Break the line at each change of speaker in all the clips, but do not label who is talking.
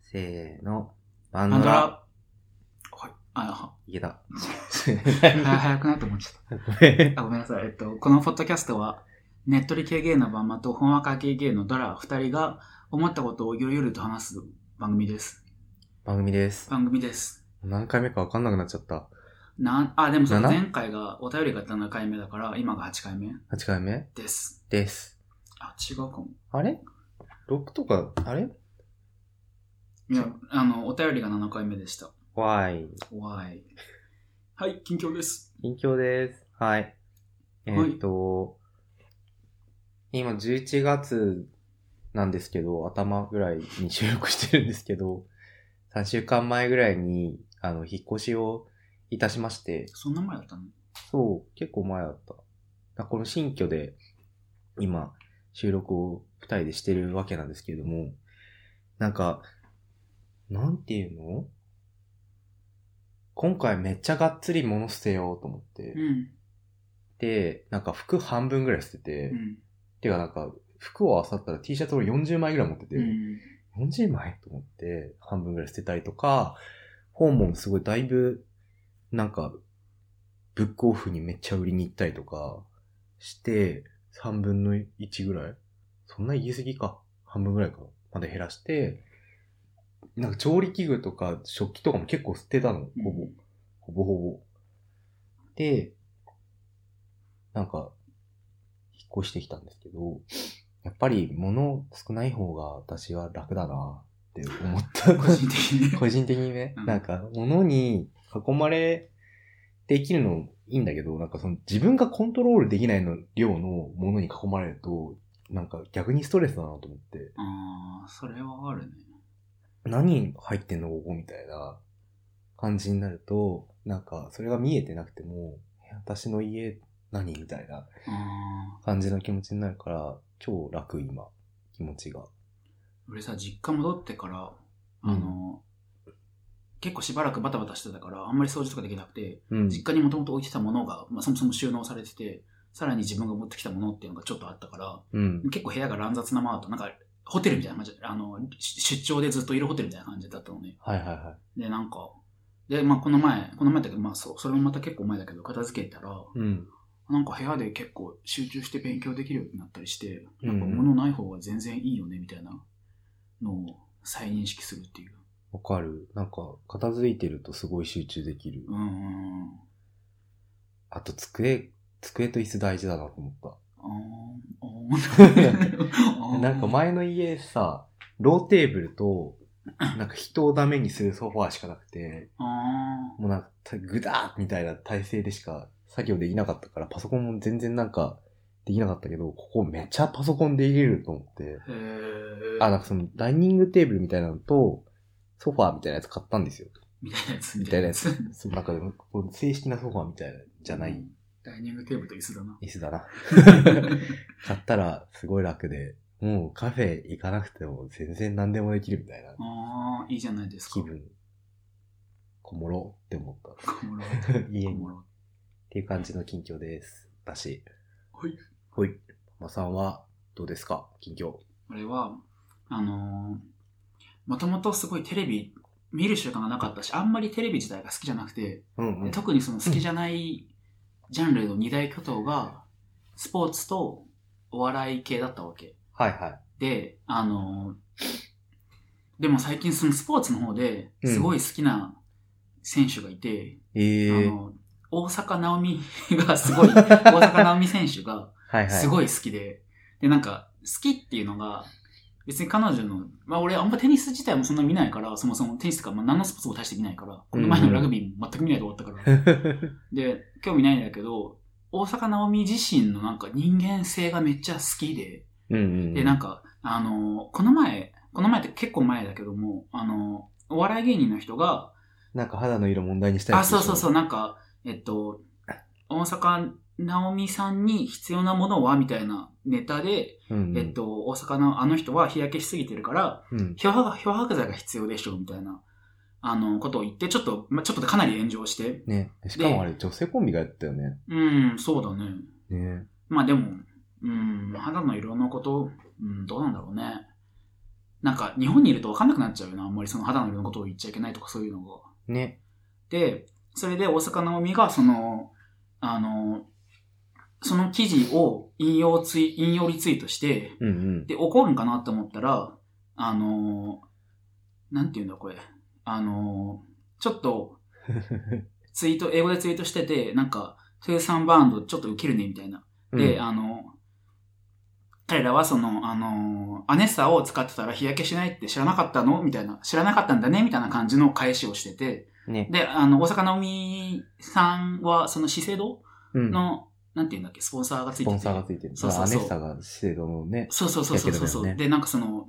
せーの。バン
な
ド
んだ
ラ。
ら、はい、あ、
いけた。
は早くなって思っちゃった。あごめんなさい。えっと、このポッドキャストは、ねっとり系ゲイのバンマとほんわか系ゲイのドラ二人が思ったことをゆるゆると話す番組です。
番組です。
番組です。
何回目かわかんなくなっちゃった。
なん、あ、でもそう
七
前回がお便りが7回目だから、今が8回目
8回目
です。
です。
あ、違うかも。
あれ ?6 とか、あれ
いや、あの、お便りが7回目でした。
わーい。
怖い。はい、近況です。
近況です。はい。えーっと、今11月なんですけど、頭ぐらいに収録してるんですけど、3週間前ぐらいに、あの、引っ越しをいたしまして、
そんな前だったの
そう、結構前だった。だこの新居で、今、収録を二人でしてるわけなんですけれども、なんか、なんていうの今回めっちゃがっつり物捨てようと思って。
うん。
で、なんか服半分ぐらい捨てて、
うん。
てかなんか服を漁ったら T シャツを40枚ぐらい持ってて、
うん。
40枚と思って半分ぐらい捨てたりとか、本もすごいだいぶ、なんか、ブックオフにめっちゃ売りに行ったりとかして、3分の1ぐらいそんな言い過ぎか。半分ぐらいか。まで減らして、なんか調理器具とか食器とかも結構捨てたの、ほぼ。ほぼほぼ。で、なんか、引っ越してきたんですけど、やっぱり物少ない方が私は楽だなって思った。
個人的にね。
個人的にね、
うん
なんか物に囲まれできるのいいんだけど、なんかその自分がコントロールできないの量の物に囲まれると、なんか逆にストレスだなと思って、
ああ、それはあるね。
何入ってんのここみたいな感じになると、なんかそれが見えてなくても、え私の家何みたいな
ああ。
感じの気持ちになるから、超楽今、気持ちが。
俺さ、実家戻ってから、あの、結構しばらくバタバタしてたから、あんまり掃除とかできなくて、
うん。
実家にもともと置いてたものが、まあ、そもそも収納されてて、さらに自分が持ってきたものっていうのがちょっとあったから、
うん。
結構部屋が乱雑なままだと、なんか、ホテルみたいな感じ、あの、し出張でずっといるホテルみたいな感じだったのね。
はいはいは
で、なんか、で、まあ、この前、この前だけど、まあ、そう、それもまた結構前だけど、片付けたら、
い。うん。
なんか部屋で結構集中して勉強できるようになったりして、
うん
な
うん
んか物ない方が全然いいよね、みたいなのを再認識するっていう。
わかる。なんか、片付いてるとすごい集中できる。
うんうんうん。
あと、机、机と椅子大事だなと思っ
あーあ
た。
ー
なんか前の家さ、ローテーブルと、なんか人をダメにするソファーしかなくて、
あ
もうなんか、グダーみたいな体勢でしか作業できなかったから、パソコンも全然なんか、できなかったけど、ここめっちゃパソコンで入れると思って、
ー。へえ。
あ、なんかその、ダイニングテーブルみたいなのと、ソファーみたいなやつ買ったんですよ。
みたいなやつ。
みたいなやつ。そうなんかでも、こう正式なソファーみたいな、じゃな
う
い
んダイニングテーブルと椅子 だな。
椅子だな。買ったらすごい楽で、もうカフェ行かなくても全然何でもできるみたいな
ああ、いいじゃないですか。
気分。こもろって思っ
小室。
た。 家
小
に。っ
室。
ていう感じの近況です。だし。
はい。
ほい。ママさんはどうですか近況。
俺は、あのー、もともとすごいテレビ見る習慣がなかったし、あんまりテレビ自体が好きじゃなくて、
うん
で特にその好きじゃないジャンルの二大巨頭が、スポーツとお笑い系だったわけ。
はいはい。
で、あのーでも最近そのスポーツの方で、すごい好きな選手がいて、
ええ
あ
ー。
の、大坂なおみがす ごい、大坂なおみ選手が、
はいはい。
す
い。
ごい好きで、で、なんか、好きっていうのが、別に彼女の、まあ俺あんまテニス自体もそんな見ないから、そもそもテニスとか、まあ何のスポーツも大して見ないから、この前のラグビーも全く見ないで終わったから、で、興味ないんだけど、大坂なおみ自身のなんか人間性がめっちゃ好きで、
うんうん。
で、なん
か、
か、あのこの前、この前って結構前だけども、あのお笑い芸人の人が、
なんか肌の色問題にしたり。
あ、そうそうそうう、なんか、えっと、大阪なおみさんに必要なものはみたいなネタで、
うん、うん。
えっ、と、大阪のあの人は日焼けしすぎてるから、
うん。
漂白漂白剤が必要でしょ、みたいな、あの、ことを言って、ちょっと、まあ、ちょっとかなり炎上して。
ね。しかもあれ女性コンビがやったよね。
うん、そうだね。
ね
まあでも、うん、肌の色のこと、うん、どうなんだろうね。なんか日本にいると分かんなくなっちゃうよな、あんまりその肌の色のことを言っちゃいけないとかそういうのが。
ね。
で、それで大坂なおみが、その、あの、その記事を引用ツイ、引用リツイートして、
うんうん。
で、怒るんかなって思ったら、あのーなんていうんだこれ。あのーちょっと、ツイート、英語でツイートしてて、なんか、トゥーサンバーンドちょっとウケるね、みたいな。で、あの彼らはその、あのアネッサを使ってたら日焼けしないって知らなかったのみたいな、知らなかったんだねみたいな感じの返しをしてて、
うん、ね。
で、あの、大阪直美さんは、その資生堂
うん、
の、なんていうんだっけ、スポンサーがつ
ス
いて
ポ
て。
ンサーがついてる。
そ
そうう
そ
そうう
そう
アネッサが資生堂のね。
そうそうそうそうそうそう、
日焼け止めのね
で、なんかその、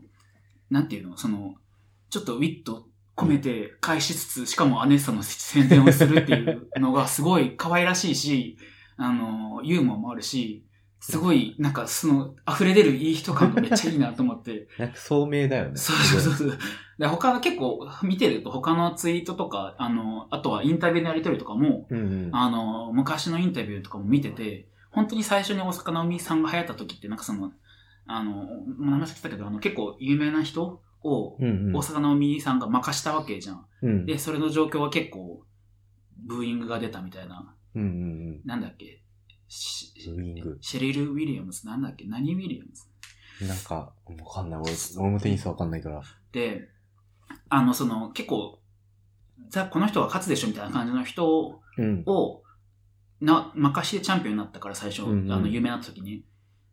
なんていうの、その、ちょっとウィット込めて返しつつ、しかもアネッサの宣伝をするっていうのがすごい可愛らしいし、 あの、ユーモアもあるし、すごい、なんかその、溢れ出るいい人感がめっちゃいいなと 思って。
なんか聡明だよね。
そうそうそうそう。で、他の結構見てると他のツイートとか、あの、あとはインタビューのやりとりとかも、
う。うんうん。
あの、昔のインタビューとかも見てて、本当に最初に大阪なおみさんが流行った時って、なんかその、あの、もう名前忘れてたけど、あの、結構有名な人を、
うん
大阪なおみさんが任したわけじゃん。
うん。うん
で、それの状況は結構、ブーイングが出たみたいな、
うんうん
なんだっけ、シ
うん。ウイング。
シェリル・ウィリアムズ、なんだっけ、何ウィリアムズ
なんか、わかんない。俺、俺もテニスわかんないから。
で、あの、その、結構、ザ、この人が勝つでしょみたいな感じの人を、
うん。
を、な、任してチャンピオンになったから最初、
うんうん
あの、有名になった時に。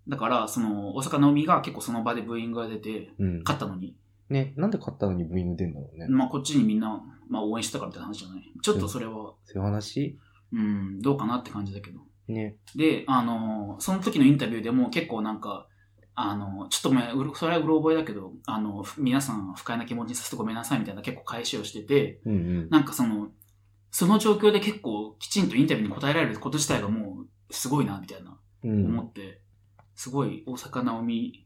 だから、その、大阪直美が結構その場でブーイングが出て、
うん。
勝ったのに、
ね、なんで勝ったのにブーイング出んだろうね。
まあ、こっちにみんな、まあ、応援してたからみたいな話じゃない。ちょっとそれは、
そういう話
うん、どうかなって感じだけど。
ね。
で、あの、その時のインタビューでも結構なんか、あの、ちょっとごめんうろ、それはうろ覚えだけど、あの、ふ皆さん不快な気持ちにさせてごめんなさいみたいな結構返しをしてて、
うんうん。
なんかその、その状況で結構きちんとインタビューに答えられること自体がもうすごいな、みたいな
うん
思って、すごい大阪なおみ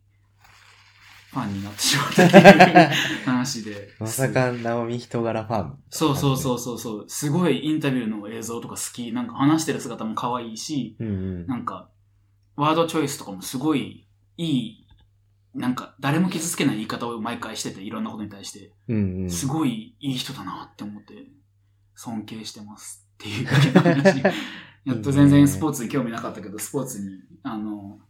ファンになってしまったっていう話で。
まさか、ナオミ人柄ファン。
そうそうそうそうそう。すごいインタビューの映像とか好き。なんか話してる姿も可愛いし、
うんうん。
なんか、ワードチョイスとかもすごいいい、なんか誰も傷つけない言い方を毎回してて、いろんなことに対して。
うんうん。
すごいいい人だなって思って、尊敬してますっていうだけの 話。やっと全然スポーツに興味なかったけど、スポーツに、あの、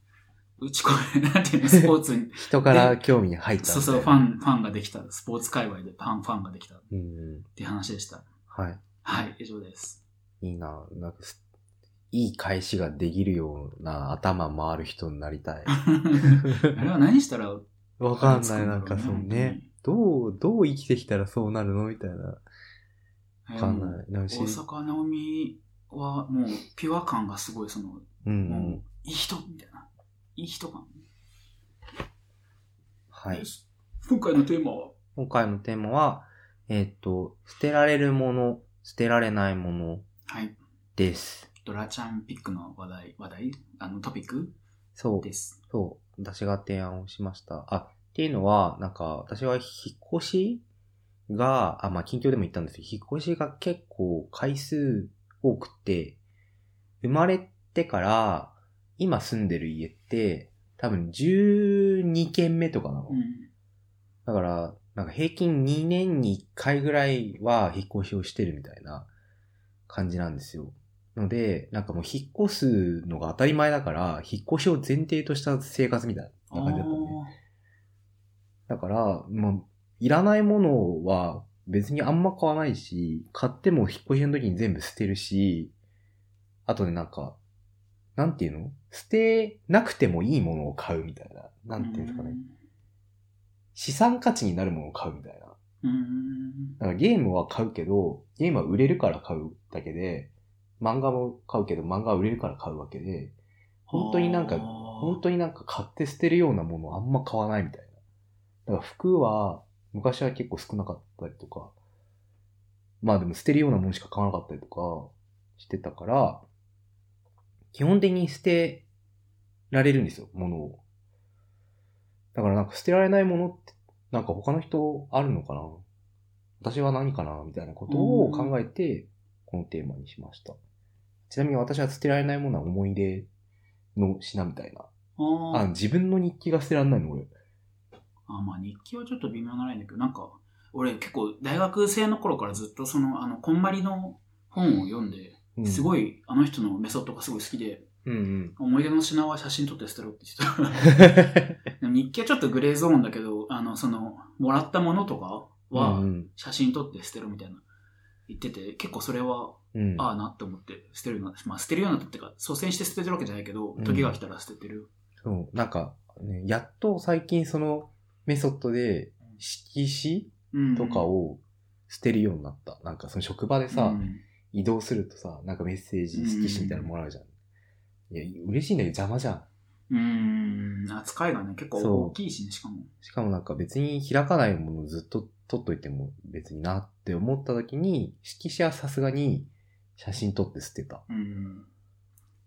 打ち込め、なんていうの、スポーツに、
人から興味入ったみたい
そ
な。
うそう、ファン、ファンができた、スポーツ界隈でファン、ファンができたっ
うんうん。
ていう話でした。
は
はい、以上 です。
い。いいな。なんかす、いい返しができるような頭回る人になりたい。
あれは何したら、
わかんない。なんかそうね。。どう、どう生きてきたらそうなるのみたいな。わかん
い。
ない。なんか
大阪なおみはもうピュア感がすごい、その、
うんう
も
ん。
ういい人みたいな。いい人感。
はい。
今回のテーマは、
今回のテーマは、えっと、捨てられるもの、捨てられないもの
はい。
です。
ドラちゃんピックの話題、話題あのトピック
そう。
です。
そう、私が提案をしました。あ、っていうのは、なんか、私は引っ越しが、あ、まあ、近況でも言ったんですけど、引っ越しが結構回数多くて、生まれてから、今住んでる家って、多分12軒目とかなの。
うん。
だから、なんか平均2年に1回ぐらいは引っ越しをしてるみたいな感じなんですよ。ので、なんかもう引っ越すのが当たり前だから、引っ越しを前提とした生活みたいな感じだったね。だから、まあ、いらないものは別にあんま買わないし、買っても引っ越しの時に全部捨てるし、あとね、なんか、なんていうの捨てなくてもいいものを買うみたいな。
あー
なんていうんですかね。。資産価値になるものを買うみたいな。
うんうん。
だからゲームは買うけど、ゲームは売れるから買うだけで、漫画も買うけど漫画は売れるから買うわけで、本当になんか本
本
当になんか買って捨てるようなものあんま買わないみたいな。だから服は昔は結構少なかったりとか、まあでも捨てるようなものしか買わなかったりとかしてたから、基本的に捨てられるんですよ、物を。だからなんか捨てられないものって、なんか他の人あるのかな私は何かなみたいなことを考えて、このテーマにしました。ちなみに私は捨てられないものは思い出の品みたいな。
当
あ、自分の日記が捨てられないの俺。
あまあ日記はちょっと微妙なラインだけど、なんか、俺結構大学生の頃からずっとその、あの、こんまりの本を読んで、す
い。
ごいあの人のメソッドがすごい好きで、
うん うん。
思い出の品は写真撮って捨てろって言ってた。 でも日記はちょっとグレーゾーンだけど、あの、その、もらったものとか
う
は
ん
写真撮って捨てろみたいな言ってて、結構それは、
うん、うん
ああなって思って捨てるようになって、まあ捨てるようになったっていうか、率先して捨ててるわけじゃないけど
うん、
時が来たら捨ててる。
そう、なんか、ね、やっと最近そのメソッドで色紙
うん
とかを捨てるようになった。なんかその職場でさ、
うん
移動するとさ、なんかメッセージ、色紙みたいなのもらうじゃん。いや、嬉しいんだけど邪魔じゃん。
うん、扱いがね、結構大きいしね、しかも。
しかもなんか別に開かないものをずっと撮っといても別になって思った時に、色紙はさすがに写真撮って捨てた。
うん。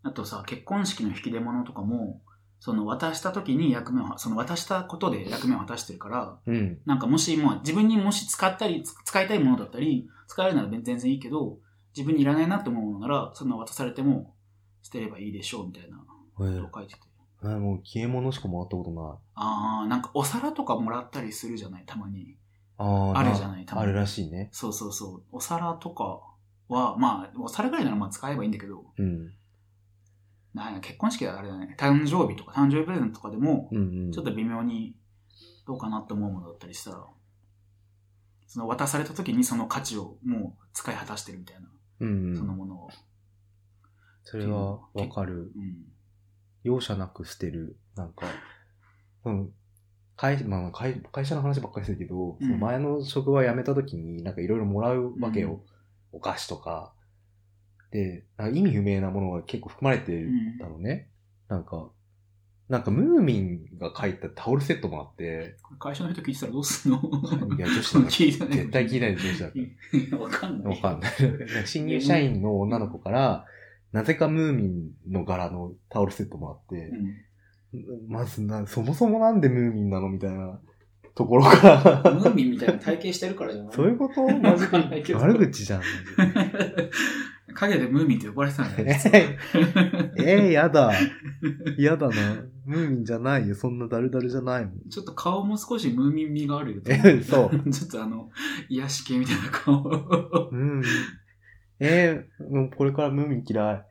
あとさ、結婚式の引き出物とかも、その渡した時に役目をは、その渡したことで役目を果たしてるから、
うん。
なんかもし、もう自分にもし使ったり、つ使いたいものだったり、使えるなら全全然いいけど、自分にいらないなって思うものなら、そんな渡されても捨てればいいでしょうみたいな
え
ことを書いてて。
ーもう消え物しかもらったことない。
あー、なんかお皿とかもらったりするじゃない、たまに。
ああ、
あるじゃない多分
あるらしいね。
そうそうそう。お皿とかは、まあ、お皿ぐらいならまあ使えばいいんだけど、
うん。
なんか結婚式はあれだね、誕生日とか誕生日プレゼントとかでも、
うんうん。
ちょっと微妙にどうかなって思うものだったりしたら、その渡された時にその価値をもう使い果たしてるみたいな、
うん、う
その
ん。
ものを。
それはわかる。
うん。
容赦なく捨てる、なんか、うん、会まあ、会会社の話ばっかりするけど、
うん
その前の職場辞めた時に、なんかいろいろもらうわけよ。お菓子とか。で、なんか意味不明なものが結構含まれて
う
るん
ん
だろうね。なんか、なんかムーミンが書いたタオルセットもら って、
これ会社の人聞いてたらどうすんの
いや、女子だから
聞いてない。
絶対聞いないで女子だか
い やわかん
ら。
な
わ
い。
かんない。なんか 新入社員の女の子から、なぜかムーミンの柄のタオルセットもらって、まずな、そもそもなんでムーミンなのみたいなところか
うんムー
ら。
ミンみたいな体型してるからじゃない
そういうことマジ
わかんないけ
で。
ど
悪口 じゃん。マジ
影でムーミンって呼ばれてたんだよ。実
え
は
でえー、やだ。やだな。ムーミンじゃないよ。そんなダルダルじゃないもん。
ちょっと顔も少しムーミン味があ るよ。
えそう。
ちょっとあの、癒し系みたいな顔。
ムーミン。えー、もうこれからムーミン嫌い。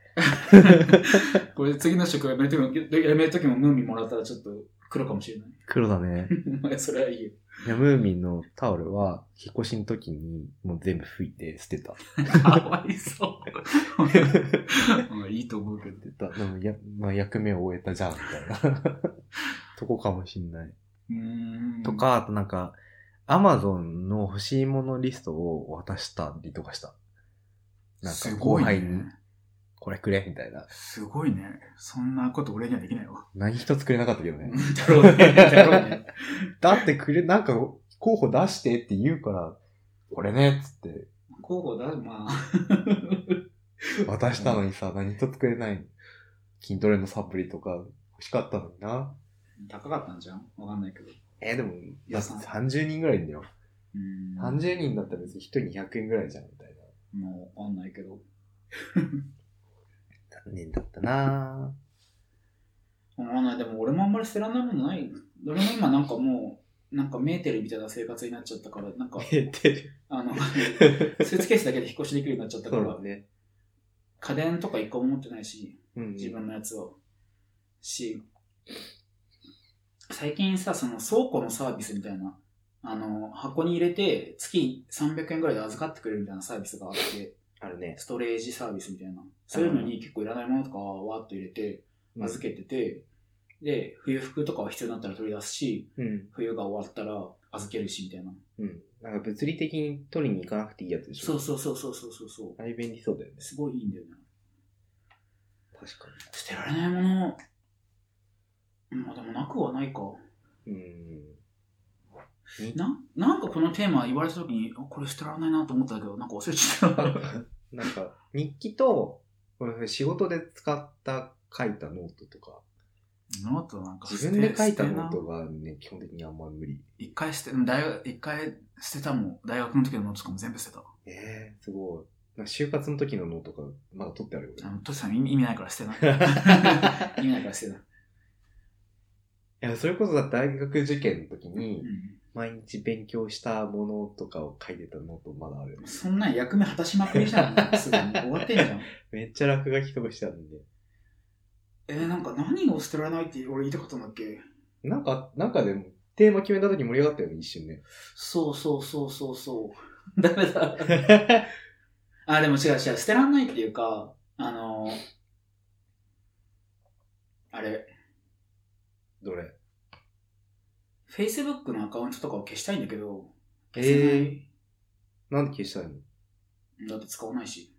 これ次の職辞めるときも、辞めるときもムーミンもらったらちょっと黒かもしれない。
黒だね。
お前それはいいよ。
いや、ムーミンのタオルは、引っ越しの時に、もう全部拭いて捨てた。
かわいそう。まあいいと思うけど。
捨てた。でも、や、まあ、役目を終えたじゃん、みた いな。とこかもしんない。
うーん
と。か、あとなんか、アマゾンの欲しいものリストを渡したりとかした。なんか
す、
後
ごい
輩に
ね。
これくれ、みたいな。
すごいね。そんなこと俺にはできないわ。
何一つくれなかったけどね。
だろうね。だろう ね。
だってくれ、なんか、候補出してって言うから、これね、っつって
候補だ、まあ。
渡したのにさ、何一つくれない。筋トレのサプリとか欲しかったのにな。
高かったんじゃんわかんないけど。
えーでも、だって
そう
30人ぐらいいんだよ。
うーん。
30人だったら別に1人200円ぐらいじゃん、みたい
もうわかんないけど。
な。残念だった な
わかんない。でも俺もあんまり捨てらんないものない。俺も今なんかもう、なんかメーテルみたいな生活になっちゃったから、なんか、
減ってる。
あの、スーツケースだけで引っ越しできるようになっちゃったか
そうだ
ら、
ね。
家電とか一個も持ってないし、
うん
自分のやつを。し、最近さ、その倉庫のサービスみたいな、あの、箱に入れて月300円ぐらいで預かってくれるみたいなサービスがあって、
あるね。
ストレージサービスみたいな。そういうのに結構いらないものとかはわーっと入れて、預けてて、で、冬服とかは必要になったら取り出すし、
うん。
冬が終わったら預けるしみたいな。
うん。なんか物理的に取りに行かなくていいやつでしょ
そうそうそうそうそうそうそう。
あれ便利そうだよね。
すごいいいんだよね。
確か
捨てられないもの、まあでもなくはないか。
に。うん。
な、なんかこのテーマ言われた時に、あこれ捨てられないなと思ったけど、なんか忘れちゃった。
なんか、日記と、これ仕事で使った書いたノートとか、
ノートなんか
自分で書いたノ
な
ートがね、基本的にあんま無理。
一回捨て、うん大学、一回捨てたもん。大学の時のノートとかも全部捨てた。
えー、すごい。なんか就活の時のノートがまだ取ってあるよ。
あの、トシさん意味意味ないから捨てない。意味ないから捨てない。
いや、それこそだって大学受験の時に
う、ん
毎日勉強したものとかを書いてたノートまだある。
そんなん役目果たしまくりじゃ ん。すぐに終わってんじゃん。
めっちゃ落書きとかしてあるんで。
えー、なんか何を捨てられないって俺言いたかったんだっけ
なんか、なんかでも、テーマ決めた時盛り上がったよね、一瞬 ね。
そうそうそうそうそう。ダメだ。あ、でも違う違う。捨てらんないっていうか、あのーあれ、
どれ
Facebook のアカウントとかを消したいんだけど、
え
消せない。
なんで消したいの
だって使わないし。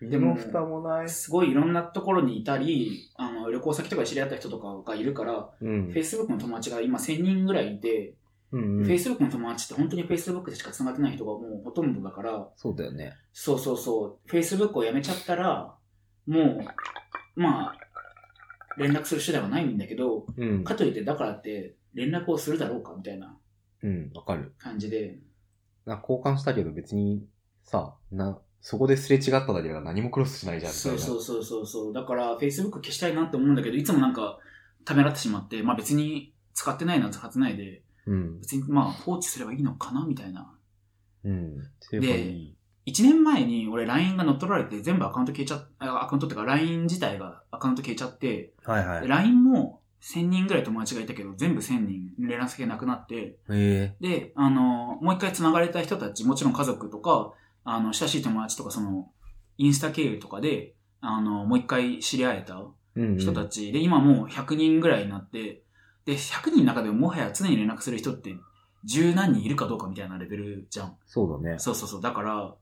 でも、蓋もない。
すごいいろんなところにいたり、あの旅行先とかで知り合った人とかがいるから、
うん。
Facebook の友達が今1000人ぐらいいて、
うんうん
Facebook の友達って本当に Facebook でしか繋がってない人がもうほとんどだから、
そうだよね。
そうそうそう、Facebook をやめちゃったら、もう、まあ、連絡する手段はないんだけど、
うん。
かといってだからって連絡をするだろうかみたいな
うん、わかる。
感じで、
なんか交換したけど別に、さ、な、そこですれ違っただけだから何もクロスしないじゃん、みたい
そう
な。
そうそうそうそう。だから、Facebook 消したいなって思うんだけど、いつもなんか、ためらってしまって、まあ別に使ってないなら使ってないで、
うん。
別にまあ放置すればいいのかなみたいな。
うん。っていうかいい。
1年前に俺 LINE が乗っ取られて全部アカウント消えちゃっ、あアカウントっていうか LINE 自体がアカウント消えちゃって、
はいは
で
い。
LINE も1000人ぐらい友達がいたけど、全部1000人連絡先がなくなって、
え
で、あの、もう一回繋がれた人たち、もちろん家族とか、あの、親しい友達とか、その、インスタ経由とかで、あの、もう一回知り合えた
えうんうん。
人たちで、今もう100人ぐらいになって、で、100人の中でももはや常に連絡する人って十何人いるかどうかみたいなレベルじゃん。
そうだね。
そうそうそう。だから、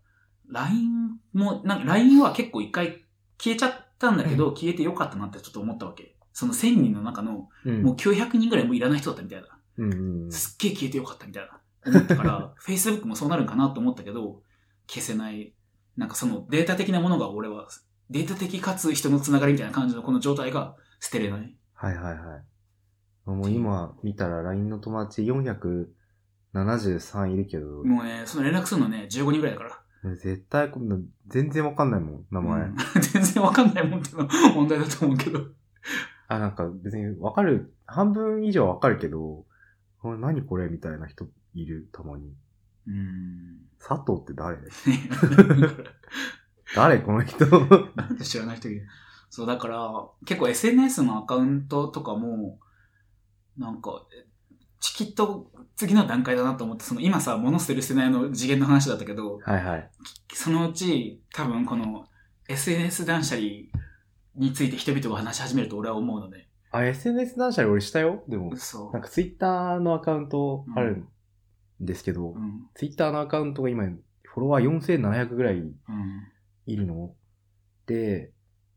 LINE も、なんか LINE は結構一回消えちゃったんだけど、消えてよかったなってちょっと思ったわけ。その1000人の中の、
うん。
もう900人ぐらいもういらない人だったみたいな。
うんうんうん。
すっげえ消えてよかったみたいな。思っ たから、Facebook もそうなるんかなと思ったけど、消せない。なんかそのデータ的なものが俺は、データ的かつ人のつながりみたいな感じのこの状態が捨てれない。
はいはいはい。もう今見たら LINE の友達473いるけど、
もうね、その連絡するのね、15人ぐらいだから。
絶対こんな、全然わかんないもん、名前。
うん 全然わかんないもんっていうのは問題だと思うけど。
あ、なんか別にわかる、半分以上わかるけど、これ何これみたいな人いる、たまに。
うん。
佐藤って誰
ねだか
誰この 人。
らなんで知らない人いるそう、だから、結構 SNS のアカウントとかも、なんか、えチキッと次の段階だなと思って、その今さ、物捨てる捨てないの次元の話だったけど、
はいはい。
そのうち、多分この SNS 断捨離について人々が話し始めると俺は思うので。
あ、SNS 断捨離俺したよでも、
そう
なん。か Twitter のアカウントあるんですけど、
うん。
Twitter のアカウントが今、フォロワー4700ぐらい
うん。
いるので、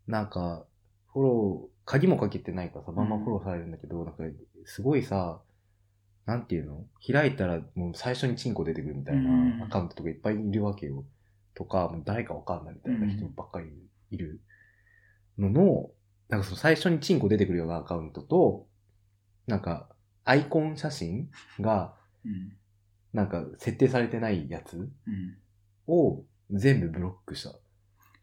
なんか、フォロー、鍵もかけてないからさ、まんまフォローされるんだけど、なんか、すごいさ、なんていうの開いたらもう最初にチンコ出てくるみたい
うん
なアカウントとかいっぱいいるわけよ。とか、もう誰かわかんないみたいな人ばっかりいるのの、なんかその最初にチンコ出てくるようなアカウントと、なんか、アイコン写真が、
うん。
なんか設定されてないやつ
うん。
を全部ブロックした。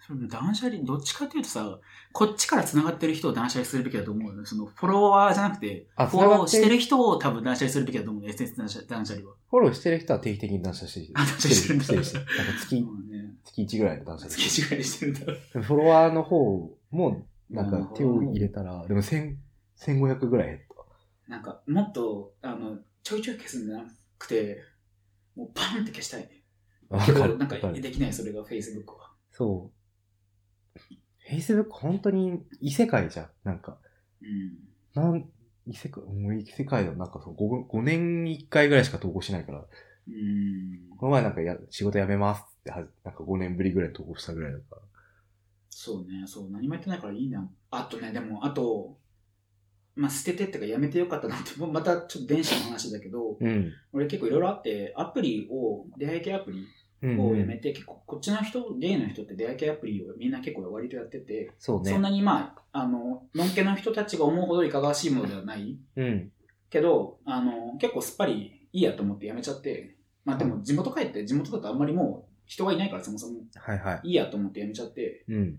その断捨離、どっちかっていうとさ、こっちから繋がってる人を断捨離するべきだと思うよね。そのフォロワーじゃなくて、
あ
フォローして
繋がって
る人を多分断捨離するべきだと思うね。SNS 断捨断捨離は。
フォローしてる人は定期的に断捨離して
あ断捨離してるんだ
してるしてるなんか月、
うんね。
月1ぐらいで断捨離
月
して
1ぐらいしてるんだろう。
る。フォロワーの方も、なん
うん
か手を入れたら、でも1000、1500ぐらい減っ
なんか、もっと、あの、ちょいちょい消すんじゃなくて、もうバーンって消したいね。
た。
けど、なんか
わかる
できない、それが Facebook は。
そう。Facebook 本当に異世界じゃん。なんか、
うん。
なん、異世界、もう異世界だ。なんかそう5、5年に1回ぐらいしか投稿しないから、
うん。
この前なんかや仕事辞めますっては、なんか5年ぶりぐらいに投稿したぐらいだから。
そうね、そう、何もやってないからいいな。あとね、でも、あと、まあ、捨ててってかやめてよかったなって、もうまたちょっと電子の話だけど、
うん。
俺結構いろいろあって、アプリを、出会い系アプリ
うん、
をや
う
め
ん。
て、結構こっちの人、ゲイの人って出会い系アプリをみんな結構割とやってて、
そう
そん
ね。
なにまあ、あの、のんけの人たちが思うほどいかがわしいものではない
うん。
けど、あの、結構すっぱりいいやと思ってやめちゃって、まあでも地元帰って、地元だとあんまりもう人がいないからそもそも
はいはい
いやと思ってやめちゃって、
い。うん。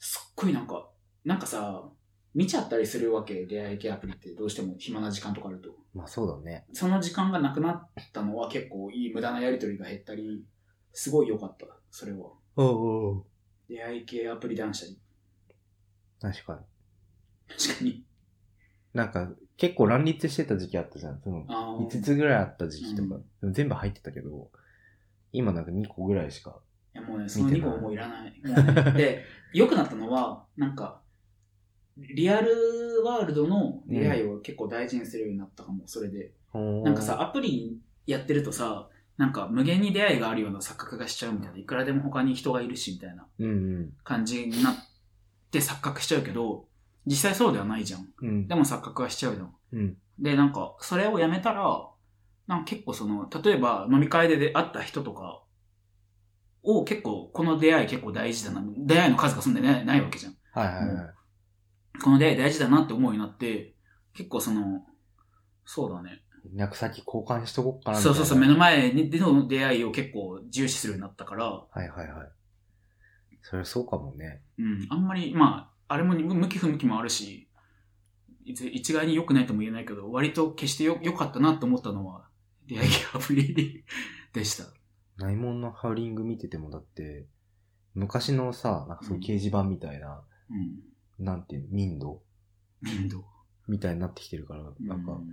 すっごいなんか、なんかさ、見ちゃったりするわけ、出会い系アプリってどうしても暇な時間とかあると。
まあそうだね。
その時間がなくなったのは結構いい無駄なやりとりが減ったり、すごい良かった、それは。
おうおう
出会い系アプリ断捨離。
確かに。
確かに。
なんか、結構乱立してた時期あったじゃん。その、
あ
5
ー
つぐらいあった時期とか。
うん
でも全部入ってたけど、今なんか2個ぐらいしか。
いやもうね、その2個はもういらない。もうねで、良くなったのは、なんか、リアルワールドの出会いを結構大事にするようになったかも、それで。なんかさ、アプリやってるとさ、なんか無限に出会いがあるような錯覚がしちゃうみたいな、いくらでも他に人がいるしみたいな
うんうん。
感じになって錯覚しちゃうけど、実際そうではないじゃん。
うん
で。も錯覚はしちゃうじゃん。
うん。
で、なんか、それをやめたら、なんか結構その、例えば飲み会で出会った人とかを結構、この出会い結構大事だな。出会いの数がそんなにないないわけじゃん。
はいはいはい。
この出会い大事だなって思うようになって、結構その、そうだね。
連絡先交換しとこっかなみたい
そう
な。
そうそう、目の前での出会いを結構重視するようになったから、
はいはいはい。それそうかもね。
うん、あんまり、まあ、あれも向き不向きもあるし、一一概に良くないとも言えないけど、割と決してよ良かったなと思ったのは、出会い系アプリでした。
内門のハウリング見ててもだって、昔のさ、なんかそういう掲示板みたいな、
うん。
なんていう、民度
民度。
みたいになってきてるから、なんか、
うん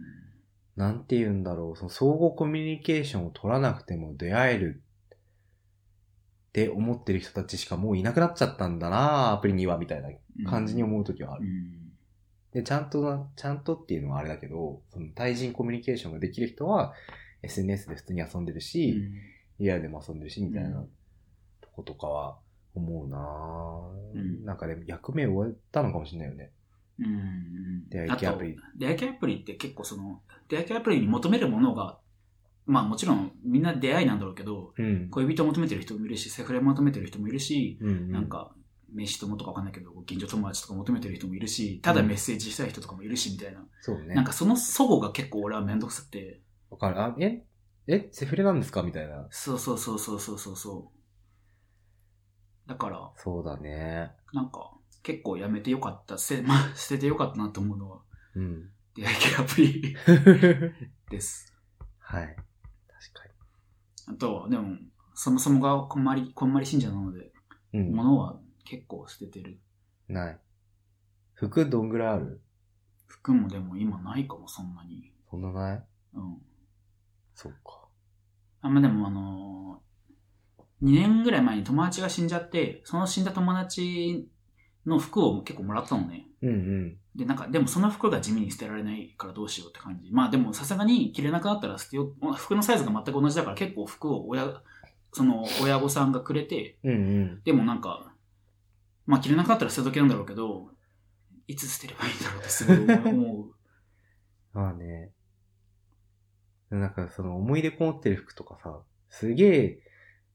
なんて言うんだろう、その相互コミュニケーションを取らなくても出会えるって思ってる人たちしかもういなくなっちゃったんだなアプリには、みたいな感じに思うときはあ
う
る。
ん。
で、ちゃんとな、ちゃんとっていうのはあれだけど、その対人コミュニケーションができる人は、SNS で普通に遊んでる
う
し、
ん
リアルでも遊んでるし、みたいな
う
とことかは思うなぁ、
うん
なんかでも役目終えたのかもしれないよね。
うん。
出会い系アプリ
あと。出会い系アプリって結構その、出会い系アプリに求めるものが、まあもちろんみんな出会いなんだろうけど、
うん。
恋人を求めてる人もいるし、セフレを求めてる人もいるし、
うん、うん。
なん。か、飯友とかわかんないけど、近所友達とか求めてる人もいるし、ただメッセージしたい人とかもいるし、みたいな。
そうね。
なんかその祖母が結構俺はめんどくさくて、
わかる。あ、ええセフレなんですかみたいな。
そうそうそうそうそうそうそう。だから、
そうだね。
なんか、結構やめてよかった、捨て、 まあ、捨ててよかったなと思うのは、
うん。
出会い系アプリ
はい。確
です。
か
あとは、でも、そもそもがこんまり、こんまり信者なので、
に。うん。
物は結構捨ててる。
ない。服どんぐらいある
服もでも今ないかも、そんなに。
そんなない
うん。
そっか。
あんまあでもあのー、2年ぐらい前に友達が死んじゃって、その死んだ友達の服を結構もらったのね。
うんうん。
で、なんか、でもその服が地味に捨てられないからどうしようって感じ。まあでもさすがに着れなくなったら捨てよう。服のサイズが全く同じだから結構服を親、その親御さんがくれて、
うんうん。
でもなんか、まあ着れなくなったら捨てとけなんだろうけど、いつ捨てればいいんだろうってすごい思う思う。
まあね。なんかその思い出こもってる服とかさ、すげえ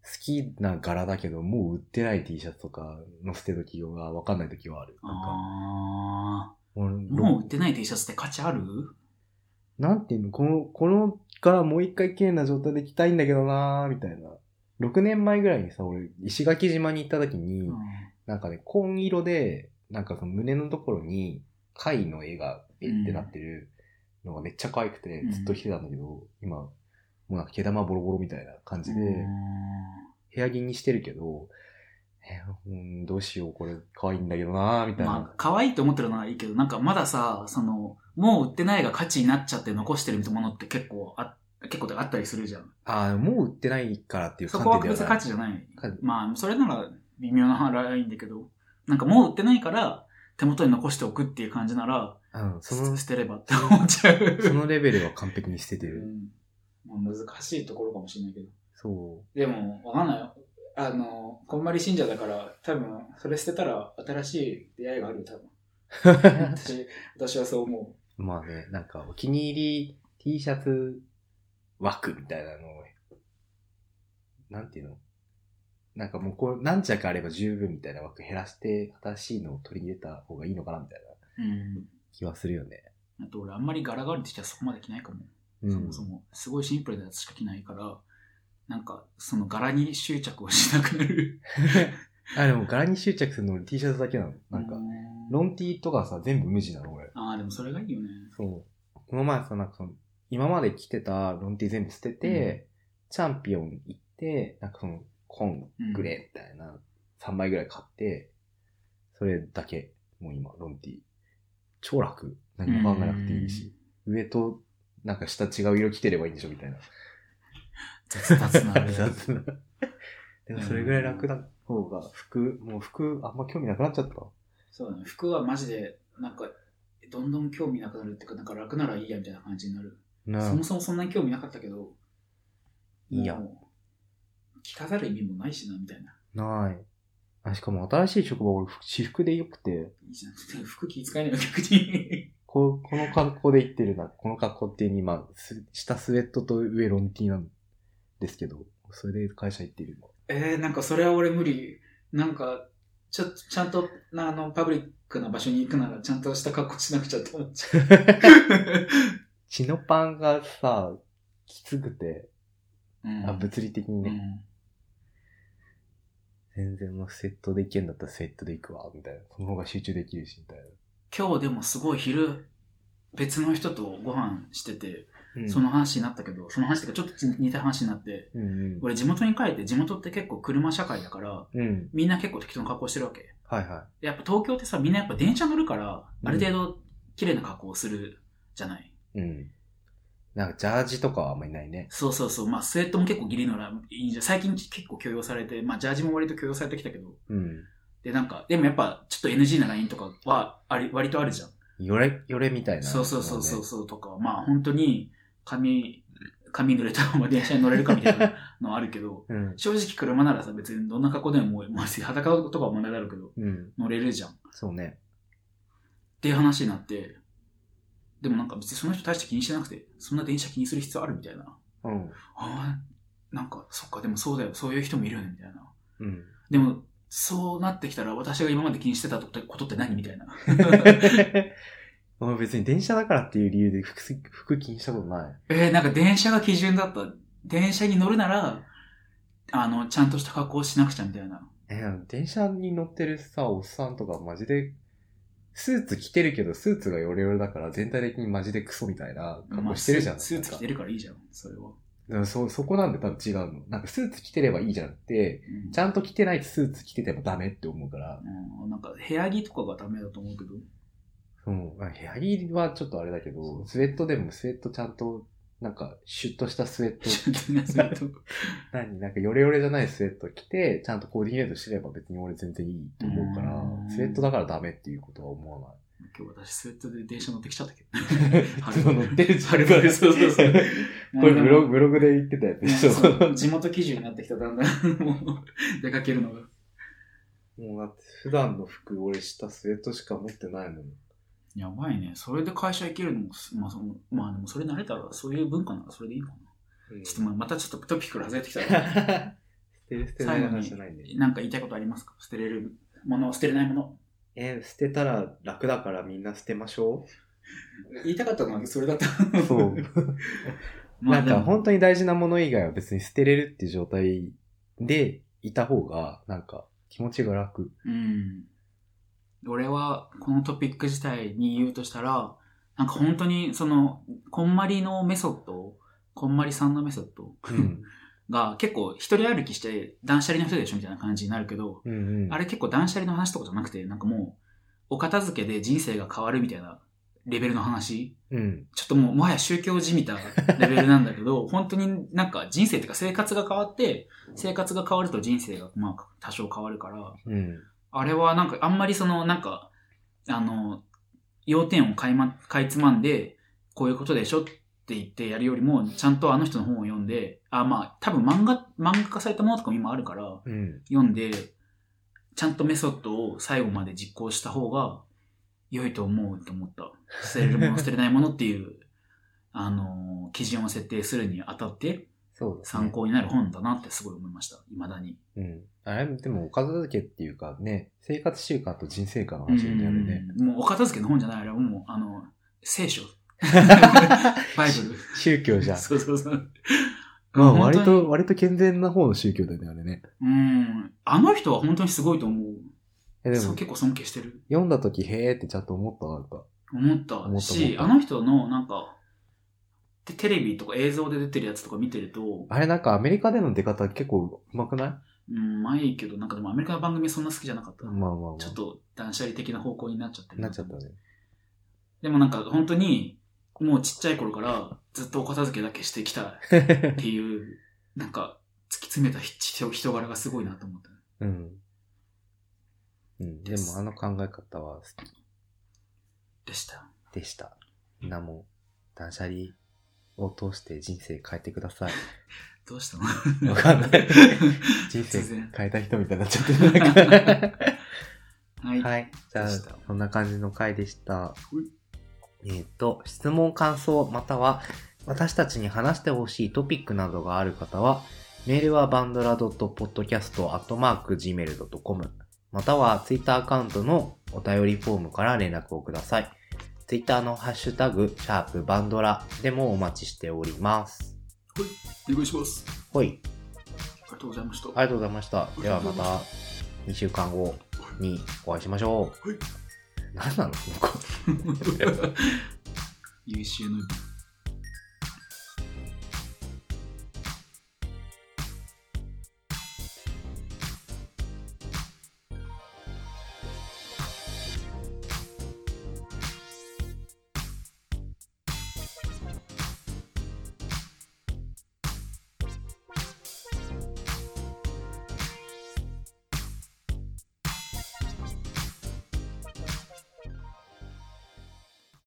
好きな柄だけど、もう売ってない T シャツとかの捨て時がわかんない時はある。なんか、
あ
俺
ーもう売ってない T シャツって価値ある
なんていうのこの、この柄もう一回綺麗な状態で着たいんだけどなーみたいな。6年前ぐらいにさ、俺、石垣島に行った時に、
うん
なんかね、紺色で、なんかその胸のところに、貝の絵が、えってなってるのがめっちゃ可愛くて
う、ん
ずっと着てたんだけど、今、もうなんか毛玉ボロボロみたいな感じで、部屋着にしてるけど、えーうん、どうしよう、これ可愛いんだけどなーみたいな。
まあ、可愛いと思ってるのはいいけど、なんかまださ、その、もう売ってないが価値になっちゃって残してるものって結構あ、結構あったりするじゃん。
ああ、もう売ってないからっていう
そ
感
こは
じではない。
別に価値じゃない
価値。
まあ、それなら微妙なラインだけど、なんかもう売ってないから、手元に残しておくっていう感じなら、
うん、その
す捨てればって思っちゃう。
そのレベルは完璧に捨てて
う
る。
んまあ難しいところかもしれないけど。
そ
でも、わかんないよ。あの、こんまり信者だから、多分、それ捨てたら新しい出会いがあるよ、多 分。
う。
私、私はそう思う。
まあね、なんかお気に入り T シャツ枠みたいなのを、なんていうのなんかもうこれ何着あれば十分みたいな枠減らして新しいのを取り入れた方がいいのかなみたいな
うん。
気はするよね。
あと俺あんまり柄があるって人はそこまで着ないかも、
うん。
そもそもすごいシンプルなやつしか着ないからなんかその柄に執着をしなくなる
あ、でも柄に執着するの俺 T シャツだけなの。なんか、ロン T とかさ、全部無地なの俺。
ああ、でもそれがいいよね。
そう。この前さ、なんかその、今まで着てたロン T 全部捨てて、チャンピオン行って、なんかその、紺、グレーみたいな、3枚ぐらい買って、それだけ、もう今、ロン T。超楽。何も考えなくていいし。上と、なんか下違う色着てればいいんでしょみたいな。
雑雑なあれ。
雑な。 でもそれぐらい楽な方が、服、もう服あんま興味なくなっちゃった。
そうだね。服はマジで、なんか、どんどん興味なくなるっていうか、なんか楽ならいいやみたいな感じになる。そもそもそんなに興味なかったけど、
いいや
もう。着飾る意味もないしな、みたいな。
ない。あ、しかも新しい職場俺私服でよくて、
いいじゃん。 服気遣いなよ、逆に。
ここの格好で行ってるな、この格好っていうに今、す下スウェットと上ロンティなんですけど、それで会社行ってる今。
えー、なんかそれは俺無理。なんか、ちょっと、ちゃんと、なあの、パブリックな場所に行くなら、ちゃんとした格好しなくちゃって思っちゃう。
チノパンがさ、きつくて、
うん
あ、物理的に
う
ね、
ん
全然もうセットで行けんだったらセットで行くわ、みたいな。その方が集中できるし、みたい
今日でもすごい昼、別の人とご飯してて、
な。
その話になったけど、その話っていうかちょっと似た話になって、
うんうん。
俺地元に帰って、地元って結構車社会だから、
うん。
みんな結構適当な格好してるわけ。
はいは
でやっぱ東京ってさ、みんなやっぱ電車乗るから、
うん
ある程度綺麗な格好をするじゃない。
い。うん。なんかジャージとかはあんまりないね。
そうそうそう。まあ、スウェットも結構ギリのらいいんじゃん。最近結構許容されて、まあ、ジャージも割と許容されてきたけど。
うん。
で、なんか、でもやっぱ、ちょっと NG なラインとかは、あり、割とあるじゃん。
よれ、よれみたいな。
そうそうそうそうそう、とか、まあ、本当に、髪、髪濡れたまま電車に乗れるかみたいなのあるけど、
うん。
正直車ならさ、別にどんな格好でももう、まあ、裸とかは問題だろうけど、
うん。
乗れるじゃん。
そうね。
っていう話になって、でもなんか別にその人大して気にしてなくて、そんな電車気にする必要あるみたいな。
うん。
ああ、なんか、そっか、でもそうだよ、そういう人もいるよね、みたいな。
うん。
でも、そうなってきたら、私が今まで気にしてたことことって何みたいな。
俺別に電車だからっていう理由で服す、服気にしたことない。
えー、なんか電車が基準だった。電車に乗るなら、あの、ちゃんとした格好をしなくちゃ、みたいな。
え、あの電車に乗ってるさ、おっさんとかマジで、スーツ着てるけど、スーツがヨレヨレだから全体的にマジでクソみたいな格好してるじゃん。
まあスーツスーツ着て
る
るからいいじゃん、それは。
そ、そこなんで多分違うの。なんかスーツ着てればいいじゃなくて、
うん
ちゃんと着てないスーツ着ててもダメって思うから。
うん、なんか、部屋着とかがダメだと思うけど。
うん。まあ部屋着はちょっとあれだけど、スウェットでもスウェットちゃんと、なんか、シュッとしたスウェット
ちょっとねそれと
何なんかヨレヨレじゃないスウェット着て、ちゃんとコーディネートしてれば別に俺全然いいと思うか
う
ら、
ん
スウェットだからダメっていうことは思わ
今日私スウェットで電車乗ってきちゃったけ ど。
ない。そう乗ってるじゃん。
そうそう そう。
これブログ
グ
ブログで言ってた やつでしょ。
地元基準になってきた、だんだん。 もう、出かけるのが。
もうだって普段の服俺下スウェットしか持ってないもん。
やばいね。それで会社行けるのも、まあ、そのまあ、でもそれ慣れたら、そういう文化ならそれでいいかな。ちょっとまあまたちょっとトピックから外れてきた ら、
捨てる捨てない話じゃないんで。
なんか言いたいことありますか捨てれるもの、捨てれないもの。
え、捨てたら楽だからみんな捨てましょ
言いたかったのはそれだった。
う。 そう。
ま
な
あ
ん
でも
か本当に大事なもの以外は別に捨てれるっていう状態でいた方が、なんか気持ちが楽。
うん。俺は、このトピック自体に言うとしたら、なんか本当に、その、こんまりのメソッド、こんまりさんのメソッド
うん。
が結構一人歩きして断捨離の人でしょみたいな感じになるけど、
うん うん。
あれ結構断捨離の話とかじゃなくて、なんかもう、お片付けで人生が変わるみたいなレベルの話
うん。
ちょっともう、もはや宗教じみたレベルなんだ けど、本当になんか人生っていうか生活が変わって、生活が変わると人生がまあ多少変わるから、
うん。
あれはなんか、あんまりその、なんか、あの、要点をかい,、ま、かいつまんで、こういうことでしょって言ってやるよりも、ちゃんとあの人の本を読んで、あ、まあ、多分漫画、漫画化されたものとかも今あるから、
うん。
読んで、ちゃんとメソッドを最後まで実行した方が良いと思うと思った。捨てれるもの、捨てれないものっていう、あの、基準を設定するにあたって、
そうだ、ね。
参考になる本だなってすごい思いました。未だに。
うん。あれ、でも、お片付けっていうかね、生活習慣と人生観の話だよね。
うんもうお片付けの本じゃない、あれはもう、あの、 聖書。バイブル。
宗教じゃん。
そうそうそう。
まあ
本当に
割と、割と健全な方の宗教だよね、あれね。
うん。あの人は本当にすごいと思う。
え、で
そう
も、
結構尊敬してる。
読んだ時、へーってちゃんと思ったなんか。
思った
思った
し、
思
あ
った
の人のなんか、でテレビとか映像で出てるやつとか見てると、
あれなんかアメリカでの出方結構うまくない
うん、まあいいけど、なんかでもアメリカの番組そんな好きじゃなかった。
まあまあまあ。
ちょっと断捨離的な方向になっちゃってる
なっちゃったね。
でもなんか本当に、もうちっちゃい頃からずっとお片付けだけしてきたって いう、なんか突き詰めた人人柄がすごいなと思った。
うん。うん、で
です
もあの考え方は好
でした。
きでした。みんなも断捨離を通して人生変えてください。
どうしたの
わかんない。人生
突然
変えた人みたいになっちゃってるなんか。
はい。
はい。じゃあ
でした、
そんな感じの回でした。えっ、と、質問、感想、または、私たちに話してほしいトピックなどがある方は、メールはバンドラ .podcast.gmail.com または Twitter アカウントのお便りフォームから連絡をください。Twitter のハッシュタグ、シャープバンドラでもお待ちしております。
お願いします。
ほい。
ありがとうございました。
ありがとうございました。ではまた2週間後にお会いしましょう。
はい
何なのこの子
優秀の